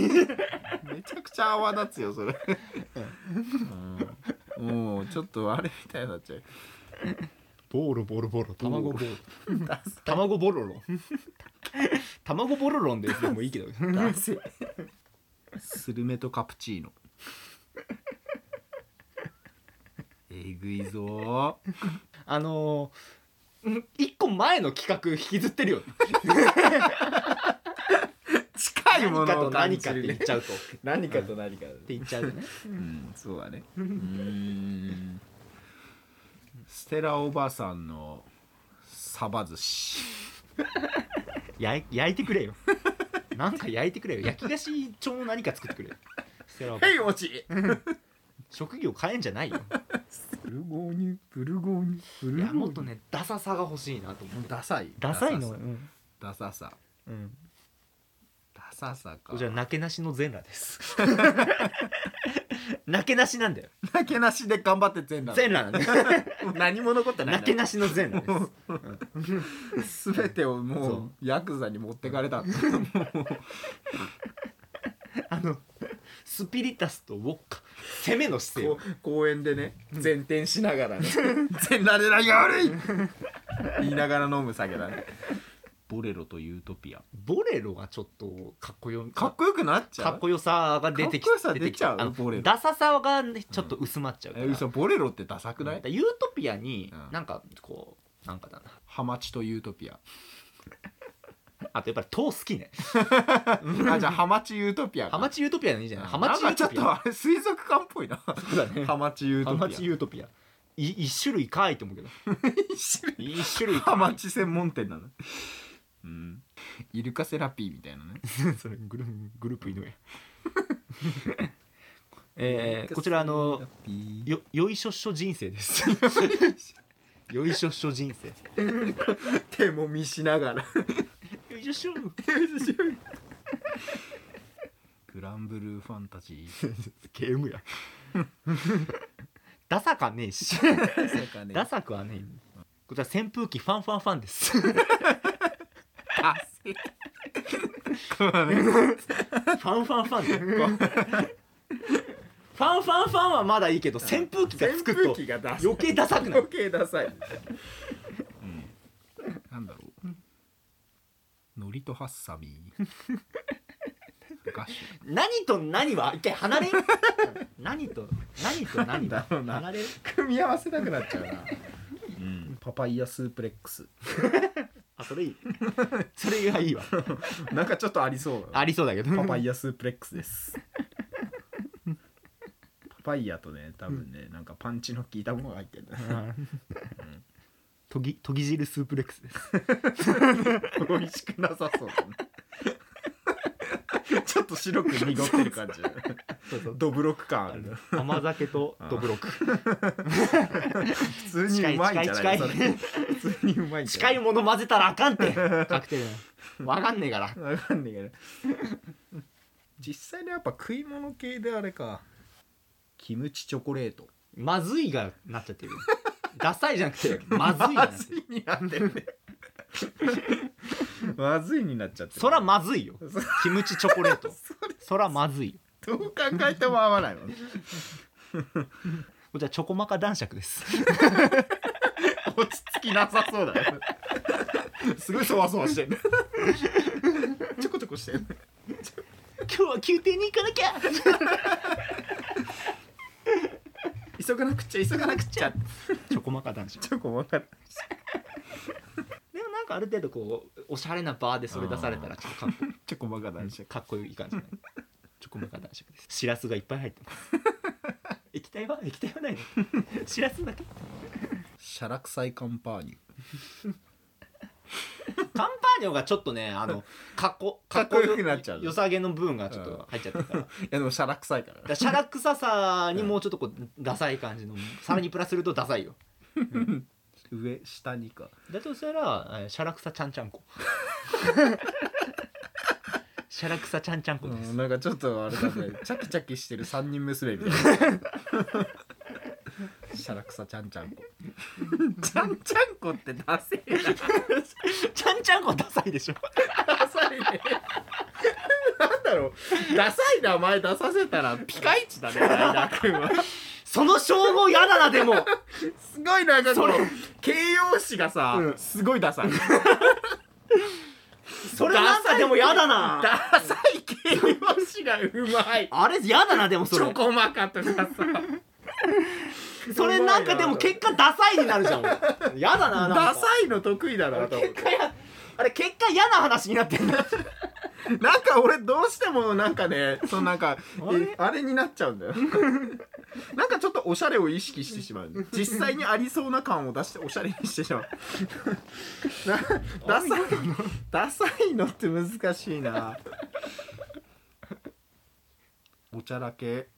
Speaker 1: めちゃくちゃ泡立つよそれ、うんもうちょっとあれみたいになっちゃう」
Speaker 2: ボロボロボロ卵ボロ
Speaker 1: ダセ
Speaker 2: 卵ボロロン卵ボロロンですでもいいけど
Speaker 1: ダセスルメとカプチーノえぐいぞ
Speaker 2: あのーん一個前の企画引きずってるよ
Speaker 1: 近いも
Speaker 2: 何か
Speaker 1: のを
Speaker 2: と
Speaker 1: 感
Speaker 2: 何
Speaker 1: じ
Speaker 2: かって
Speaker 1: る
Speaker 2: 言っ
Speaker 1: ね
Speaker 2: ちゃうとって
Speaker 1: 何かと何か
Speaker 2: 言っちゃうとね
Speaker 1: うんそうだねうーんステラおばさんのサバ寿司
Speaker 2: やい焼いてくれよなんか焼いてくれよ焼き菓子調の何か作ってくれよそれは
Speaker 1: ヘイおち
Speaker 2: 職業変えんじゃないよ
Speaker 1: ブルゴーニュブルゴーニュブ
Speaker 2: い
Speaker 1: ル
Speaker 2: やもっとねダサさが欲しいなと思って
Speaker 1: ダサい
Speaker 2: ダサいの
Speaker 1: ダサさ
Speaker 2: うん
Speaker 1: ダサさダサ
Speaker 2: うん
Speaker 1: さか
Speaker 2: こちらなけなしの全裸です
Speaker 1: [laughs]
Speaker 2: なけなしなんだよ
Speaker 1: なけなしで頑張って全裸
Speaker 2: 全裸なんだよ
Speaker 1: もう何も残ってない
Speaker 2: なけなしの全裸で
Speaker 1: す
Speaker 2: す
Speaker 1: べてを
Speaker 2: そ
Speaker 1: も
Speaker 2: う
Speaker 1: うヤクザに持ってかれた
Speaker 2: あのスピリタスとウォッカ攻めの姿勢を
Speaker 1: 公園でね前転しながらね全裸で何が悪い言いながら飲む酒だねボレロとユートピア
Speaker 2: ボレロがちょっとかっこよ
Speaker 1: かっこよくなっちゃう
Speaker 2: かっこよさが出てき
Speaker 1: かっこよさ出ちゃう
Speaker 2: てきたあの
Speaker 1: ボレロ
Speaker 2: ダサさがねちょっと薄まっちゃうから、
Speaker 1: え嘘ボレロってダサくない、
Speaker 2: だからユートピアに
Speaker 1: うん
Speaker 2: なんかこうなんかだな
Speaker 1: ハマチとユートピア
Speaker 2: あとやっぱり塔好きね
Speaker 1: [laughs] あじゃあハマチユートピア
Speaker 2: ハマチユートピアのいいじゃないハ
Speaker 1: ハ
Speaker 2: マ
Speaker 1: マ
Speaker 2: チ
Speaker 1: チ
Speaker 2: ユ
Speaker 1: ユ
Speaker 2: ー
Speaker 1: ート
Speaker 2: ト
Speaker 1: ピア
Speaker 2: ピア
Speaker 1: ちょっとあれ水族館っぽいな
Speaker 2: そうだね
Speaker 1: ハマチユー
Speaker 2: ハ
Speaker 1: ト
Speaker 2: マ
Speaker 1: ピア
Speaker 2: チユートピアい一種類かいと思うけど一種類かい
Speaker 1: ハマチ専門店なのうんイルカセラピーみたいなね
Speaker 2: [laughs] それグルグループ井上 [laughs] えー、こちらあの
Speaker 1: よ
Speaker 2: よよいしょっしょ人生です [laughs] よいしょっしょ人生
Speaker 1: 手もみしながら
Speaker 2: よいしょっしょ
Speaker 1: グランブルーファンタジー
Speaker 2: ゲームや [laughs] ダサかねえしダサくはねえこちら扇風機ファンファンファンですフ
Speaker 1: あ
Speaker 2: ァンファン [laughs] ファンだよファンファンファンはまだいいけど扇風機がつくと
Speaker 1: 扇風機がダサい
Speaker 2: 余計ダサくなる
Speaker 1: 計ダサい、うん、なんだろうノリとハッサミガシ
Speaker 2: 何と何は一回離れ何と何と何
Speaker 1: だ
Speaker 2: は
Speaker 1: ろうな
Speaker 2: 離れ
Speaker 1: 組み合わせなくなっちゃうな、パパイヤスープレックス
Speaker 2: あそれいい [laughs] それがいいわ
Speaker 1: なんかちょっとありそうだな
Speaker 2: ありそうだけど
Speaker 1: パパイヤスープレックス
Speaker 2: [laughs]
Speaker 1: ですパパイヤとね多分ね、なんかパンチの効いたものが入ってるんだね
Speaker 2: とぎとぎ汁スープレックスです [laughs]
Speaker 1: 美味しくなさそうだねちょっと白く濁ってる感じ
Speaker 2: そうそう
Speaker 1: どぶろく感
Speaker 2: あ
Speaker 1: ある
Speaker 2: の甘酒とドブロック
Speaker 1: 普通にうまいんじゃな
Speaker 2: 近い
Speaker 1: い
Speaker 2: 近
Speaker 1: そ
Speaker 2: い
Speaker 1: れ普通にうまいんじゃな
Speaker 2: 近
Speaker 1: い
Speaker 2: いもの混ぜたらあかんってカクテルわかんねえから
Speaker 1: わかんねえ
Speaker 2: [laughs]
Speaker 1: けど実際のやっぱ食い物系であれかキムチチョコレート
Speaker 2: まずいがなっちゃってるダサいじゃなくてまずい
Speaker 1: ま
Speaker 2: がなっちゃって
Speaker 1: ずいになって
Speaker 2: [laughs]
Speaker 1: るねまずいになっちゃってる
Speaker 2: そらまずいよ
Speaker 1: そ
Speaker 2: キムチチョコレートそらまずいよ
Speaker 1: どう考えても合わないもん
Speaker 2: じゃあチョコマカ男爵です [laughs]
Speaker 1: 落ち着きなさそうだよすごいそわそわしてるちょこちょこしてる
Speaker 2: 今日は宮廷に行かなきゃ
Speaker 1: 急がなくっちゃ急がなくっちゃ
Speaker 2: チョコマカ男爵
Speaker 1: ちょっと分かる
Speaker 2: でもなんかある程度こうおしゃれなバーでそれ出されたらちょっとかっこ
Speaker 1: ちょこまかだし
Speaker 2: かっこいい感じ [laughs] だねチョコモカ男爵ですしらすがいっぱい入ってます [laughs] 液体は液体はないのしらすだけ
Speaker 1: シャラ臭いカンパーニュ
Speaker 2: カンパーニョがちょっとねあのかっこ
Speaker 1: かっこよくなっちゃう
Speaker 2: 良さげの部分がちょっと入っちゃってるから,、
Speaker 1: いやでもシャラ臭いから
Speaker 2: シャラ臭さにもうちょっとこうダサい感じのさらにプラスするとダサいよ
Speaker 1: 上下にか
Speaker 2: [laughs] だとしたらえーシャラ臭ちゃんちゃんこ [laughs] シャラ臭ちゃんちゃんこ
Speaker 1: う
Speaker 2: です、
Speaker 1: ん、なんかちょっとあれだねチャキチャキしてる三人娘みたい [laughs] なシャラクサちゃんちゃんこちゃんちゃんこってダセえな
Speaker 2: ちゃんちゃんこダサいでしょ
Speaker 1: ダサいねなんだろうダサい名前出させたらピカイチだねライダー君は
Speaker 2: その称号やだなでも
Speaker 1: [laughs] すごいなんかこの
Speaker 2: それ
Speaker 1: 形容詞がさ、
Speaker 2: うん
Speaker 1: すごいダサい
Speaker 2: それなんかでもやだな
Speaker 1: ダサい形容詞がうまい
Speaker 2: あれやだなでもそ
Speaker 1: チョ
Speaker 2: れ
Speaker 1: コマカとかさ
Speaker 2: それなんかでも結果ダサいになるじゃん俺やだななん
Speaker 1: ダ
Speaker 2: か
Speaker 1: サいの得意だなと思って
Speaker 2: 結果やあれ結果嫌な話になってんだ
Speaker 1: [laughs] なんか俺どうしてもなんかねそのなんか
Speaker 2: あれ
Speaker 1: えあれになっちゃうんだよ [laughs] なんかちょっとおしゃれを意識してしまう実際にありそうな感を出しておしゃれにしてしまう
Speaker 2: [laughs]
Speaker 1: なダサいダサいのって難しいなおちゃらけ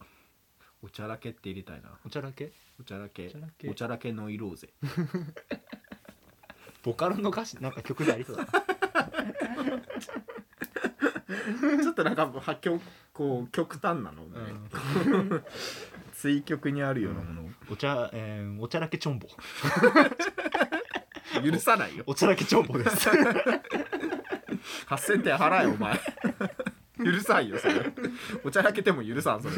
Speaker 1: おちゃらけって入れたいな
Speaker 2: おちゃらけ
Speaker 1: おちゃらけお
Speaker 2: おち
Speaker 1: ち
Speaker 2: ゃ
Speaker 1: ゃ
Speaker 2: ら
Speaker 1: ら
Speaker 2: け
Speaker 1: けノイローゼ
Speaker 2: ボカロの歌詞なんか曲でありそうだな
Speaker 1: ちょっとなんかはきょこう極端なのね、 [laughs] 追極にあるようなものを、
Speaker 2: [laughs] お茶えーおちゃらけちょんぼ
Speaker 1: 許さないよ
Speaker 2: おちゃらけちょん
Speaker 1: [laughs]
Speaker 2: ぼです
Speaker 1: 8000点払えお [laughs] 前許さんよそれおちゃらけても許さんそれ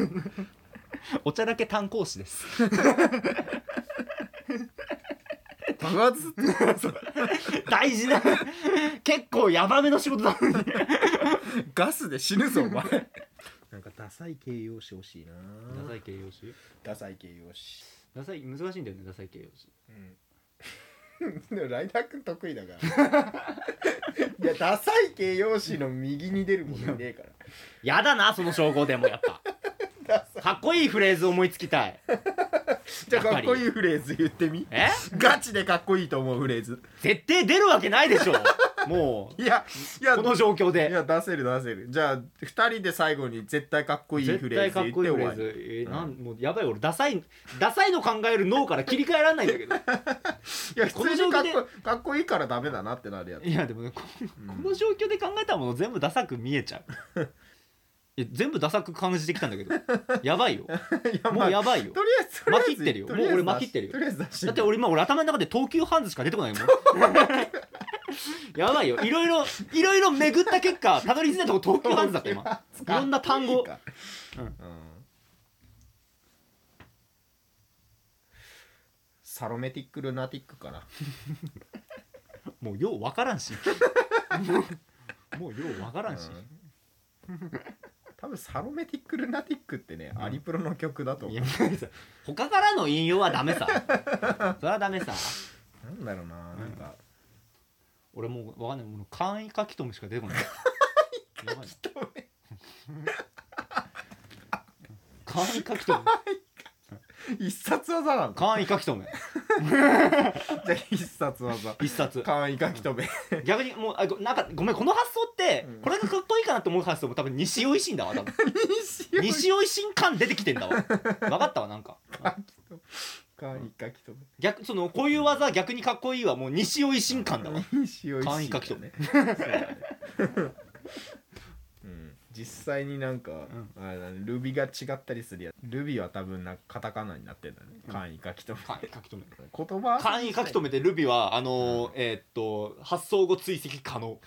Speaker 2: おちゃらけ炭鉱師です
Speaker 1: 爆発って
Speaker 2: 大事な結構ヤバめの仕事だ
Speaker 1: ガスで死ぬぞお前なんかダサい形容詞欲しいな
Speaker 2: い形容詞
Speaker 1: ダサい形容詞
Speaker 2: ダサい難しいんだよねダサい形容詞
Speaker 1: うんでもライダーくん得意だから [laughs] いやダサい形容詞の右に出るものいねえから
Speaker 2: やだなその称号でもやっぱ
Speaker 1: [laughs] ダサい
Speaker 2: かっこいいフレーズ思いつきたい
Speaker 1: じゃあかっこいいフレーズ言ってみ
Speaker 2: え
Speaker 1: ガチでかっこいいと思うフレーズ
Speaker 2: 絶対出るわけないでし [laughs] ょも
Speaker 1: いやいうや
Speaker 2: この状況
Speaker 1: い
Speaker 2: で
Speaker 1: や出せる出せるじゃあ2人で最後に絶対かっこいいフ
Speaker 2: 絶
Speaker 1: レー
Speaker 2: 対
Speaker 1: ズ
Speaker 2: かっ
Speaker 1: 言って
Speaker 2: こいい
Speaker 1: 終
Speaker 2: フレ
Speaker 1: わ
Speaker 2: ー
Speaker 1: り
Speaker 2: ズえーなんもうやばい俺ダサいダサいの考える脳から切り替えられないんだけど
Speaker 1: いや普
Speaker 2: この
Speaker 1: 通
Speaker 2: 状
Speaker 1: にか
Speaker 2: 況
Speaker 1: っ
Speaker 2: で
Speaker 1: こかっこいいからダメだなってなるやつ
Speaker 2: [laughs] いやでもねここの状況で考えたもの全部ダサく見えちゃう [laughs] いや全部ダサく感じてきたんだ [laughs] けどやばいよ
Speaker 1: いや
Speaker 2: もうやばいよ
Speaker 1: とりあえずとりあえず
Speaker 2: まきってるよ
Speaker 1: とりあえず
Speaker 2: もう俺まきってるよ
Speaker 1: とりあえず出して
Speaker 2: だって俺今俺頭の中で東急ハンズしか出てこ [laughs] ないもんやばいよいろいろいろいろ巡った結果たどり着いたとこ東急ハンズだ
Speaker 1: [laughs]
Speaker 2: った今いろんな単語
Speaker 1: か
Speaker 2: うん
Speaker 1: サロメティックルナティックかな
Speaker 2: もうようわから
Speaker 1: [laughs]
Speaker 2: んしもうもうようわからんし、
Speaker 1: うん多分サロメティックルナティックってね、アリプロの曲だと
Speaker 2: い
Speaker 1: 思う
Speaker 2: や他からの引用はダメさそれはダメさ
Speaker 1: なんだろうななんか [laughs]
Speaker 2: 俺もうわかんないもう簡易書き留めしか出てこないやばい簡易書き留め
Speaker 1: 必殺技なの
Speaker 2: 簡易書き留め
Speaker 1: じゃあ必殺技
Speaker 2: 一冊
Speaker 1: 簡易書き
Speaker 2: [laughs]
Speaker 1: 留め
Speaker 2: 逆にもうあごなんかごめんこの発想って、
Speaker 1: うん
Speaker 2: これがかっこいいかなって思う発想も多分西尾維新
Speaker 1: [laughs]
Speaker 2: だわ多分西尾維新感出てきてんだわ分かったわなんか
Speaker 1: 簡易書き留
Speaker 2: 逆そのこういう技逆にかっこいいはもう西尾維新感だわ
Speaker 1: め西尾
Speaker 2: 簡易書き留め
Speaker 1: うん実際になんか、
Speaker 2: ん
Speaker 1: あれだねルビが違ったりするやつルビは多分なんかカタカナになってんだね
Speaker 2: うん
Speaker 1: 簡易書き留
Speaker 2: 簡易書き留め
Speaker 1: め言葉
Speaker 2: 簡易書き留めてルビはあのーえーっと発想後追跡
Speaker 1: [laughs]
Speaker 2: 可能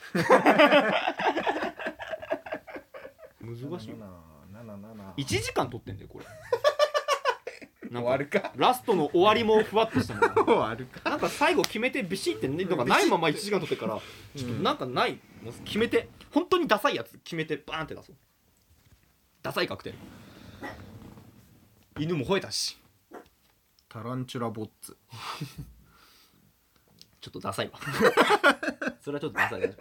Speaker 2: 難しいよ
Speaker 1: 7777
Speaker 2: 1時間撮ってん
Speaker 1: [laughs]
Speaker 2: だよこれな
Speaker 1: 終
Speaker 2: ん
Speaker 1: わ
Speaker 2: か
Speaker 1: るか
Speaker 2: ラストの終わりもふわっと
Speaker 1: [laughs]
Speaker 2: したもの
Speaker 1: 終わるか
Speaker 2: なんか最後決めてビシってなんかないまま1時間取ってからちょっとなんかないもう決めて本当にダサいやつ決めてバーンって出そうダサい確定犬も吠えたし
Speaker 3: タランチュラボッツ
Speaker 2: ちょっとダサ
Speaker 1: [laughs]
Speaker 2: いわそれはちょっとダサい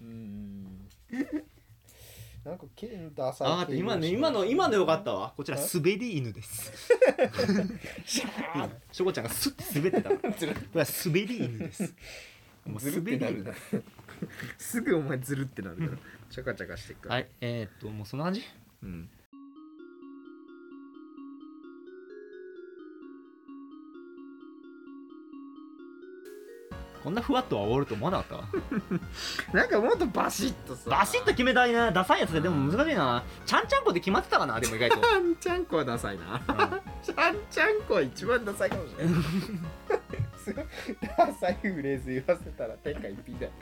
Speaker 1: うん
Speaker 2: [laughs]
Speaker 1: なんか剣ダサい
Speaker 2: ああーって今の今の今のよかったわこちら滑り犬です
Speaker 1: [laughs]
Speaker 2: しょこちゃんがスッて滑ってたからこれは滑り犬
Speaker 1: [laughs]
Speaker 2: ですもう
Speaker 1: ずるってなる
Speaker 2: 犬
Speaker 1: な [laughs] すぐお前ずるってなるからチャカチャカしてっから、
Speaker 2: はいえー、っともうそんな感じ
Speaker 1: うん
Speaker 2: こんなふわっとは終わると思わなかったわ
Speaker 1: なんかもっとバシッとさ
Speaker 2: バシッと決めたいなダサいやつででも難しいなちゃんちゃんこで決まってたかなでも意外と、 [laughs]
Speaker 1: ちゃんちゃんこはダサいなちゃんちゃんこは一番ダサいかもしれないすごいダサいフレーズ言わせたら天下一品だよ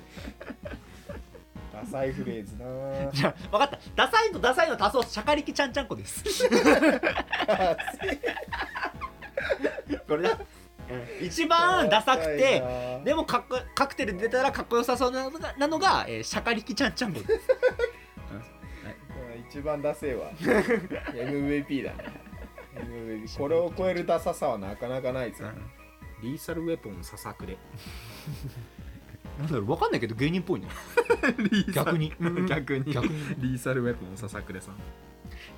Speaker 1: ダサいフレーズなぁ
Speaker 2: じゃあ分かったダサいとダサいの足そうシャカリキちゃんちゃんこです
Speaker 1: ダ
Speaker 2: [laughs] これだ一番ダサく
Speaker 1: サい
Speaker 2: て
Speaker 1: なぁ
Speaker 2: でもかっこカクテル出たらかっこよさそうなのがなのが、えーシャカリキちゃんちゃんこです
Speaker 1: うん一番ダセえ
Speaker 2: [laughs]
Speaker 1: わ MVP だね MVP これを超えるダサさはなかなかないぞ、
Speaker 3: リーサルウェポンささくれ
Speaker 2: なんだろう分かんないけど芸人っぽいね逆に
Speaker 3: 逆に
Speaker 2: [laughs] 逆に
Speaker 3: リーサルウェポンささくれさん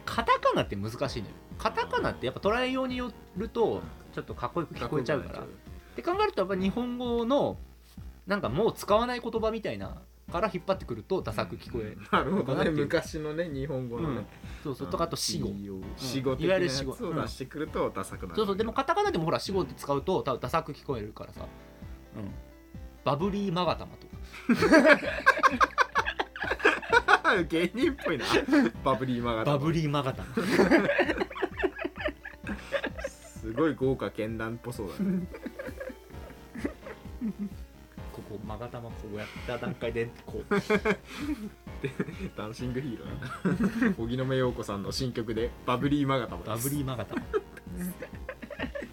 Speaker 2: カタカナって難しいのよカタカナってやっぱ捉えようによるとちょっとかっこよく聞こえちゃうからって考えるとやっぱ日本語のなんかもう使わない言葉みたいなから引っ張ってくるとダサく聞こえ、
Speaker 1: なるほ
Speaker 2: か
Speaker 1: ど
Speaker 2: なって
Speaker 1: ね
Speaker 2: いう
Speaker 1: 昔のね日本語のね、
Speaker 2: そうそうとかあと死語、
Speaker 1: いいよ死語的
Speaker 2: い
Speaker 1: な
Speaker 2: わゆ
Speaker 1: や
Speaker 2: る死
Speaker 1: つ
Speaker 2: 語
Speaker 1: を出してくるとダサくなる、
Speaker 2: そうそうでもカタカナでもほら死語って使うと多分ダサく聞こえるからさ、うん、バブリーマガタマとか
Speaker 1: 芸人っぽい
Speaker 2: [laughs]
Speaker 1: なバブリーマガタ
Speaker 2: バブリーマガタマ
Speaker 1: すごい豪華絢爛っぽそう
Speaker 2: [laughs]
Speaker 1: だね
Speaker 2: [laughs] ここマガタマこうやった段階でこう
Speaker 1: ダンシングヒーローだ荻野目洋子さんの新曲でバブリーマガタも
Speaker 2: バブリーマガタマ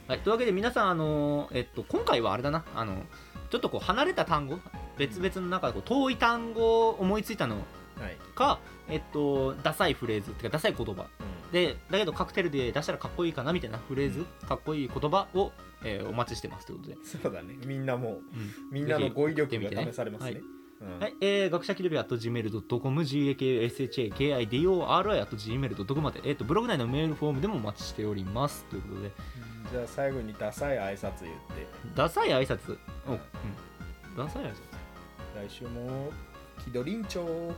Speaker 2: はい、というわけで皆さん、あのーえっと、今回はあれだな、あのちょっとこう離れた単語別々の中でこう遠い単語を思いついたの
Speaker 1: はい、
Speaker 2: か、えっと、ダサいフレーズっていうかダサい言葉でだけどカクテルで出したらかっこいいかなみたいなフレーズ、
Speaker 1: うん
Speaker 2: かっこいい言葉を、えーお待ちしてますということで、
Speaker 1: そうだねみんなもう
Speaker 2: うん
Speaker 1: みんなの語彙力
Speaker 2: ぜひ
Speaker 1: が試されますね
Speaker 2: はいはいえー、学者気取り at gmail.com gakhakidori at gmail.com まで、えっとブログ内のメールフォームでもお待ちしておりますということで
Speaker 1: じゃあ最後にダサい挨拶言って
Speaker 2: ダサい挨拶お、うん、ダサい挨拶
Speaker 1: 来週も気取りんちょ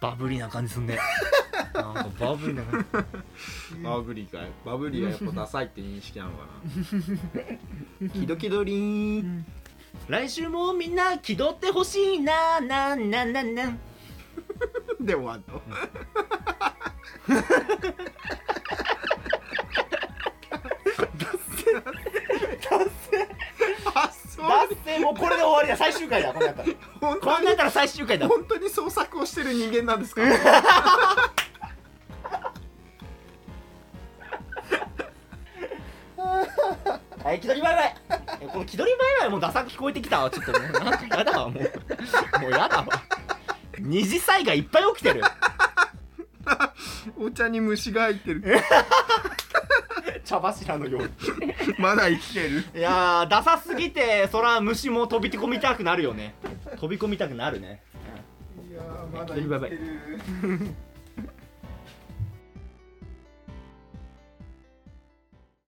Speaker 2: バブリーな感じす [laughs] んねなんかバブリーな感
Speaker 1: バブリーかいバブリーはやっぱダサいって認識なのか [laughs] な気取気取りーん
Speaker 2: じ来週もみんな気取ってほしいななななな
Speaker 1: で終わんのあそう
Speaker 2: だってもうこれで終わりだ最終回だこれやったら
Speaker 1: 本
Speaker 2: こ
Speaker 1: 当に
Speaker 2: んなんやったら最終回だ
Speaker 1: 本当に創作をしてる人間なんですか
Speaker 2: はい気取りバイバイこの気取りバイバイもダサく聞こえてきたわちょっともうなんかやだわもうもうやだわ二次災害いっぱい起きてる
Speaker 1: お茶に虫が入ってる
Speaker 2: 茶柱のように
Speaker 1: まだ生きてる
Speaker 2: いやーダサすぎてそら虫も飛び込みたくなるよね飛び込みたくなるね
Speaker 1: いやーまだ
Speaker 2: 気取りバイバイ
Speaker 1: 生きてる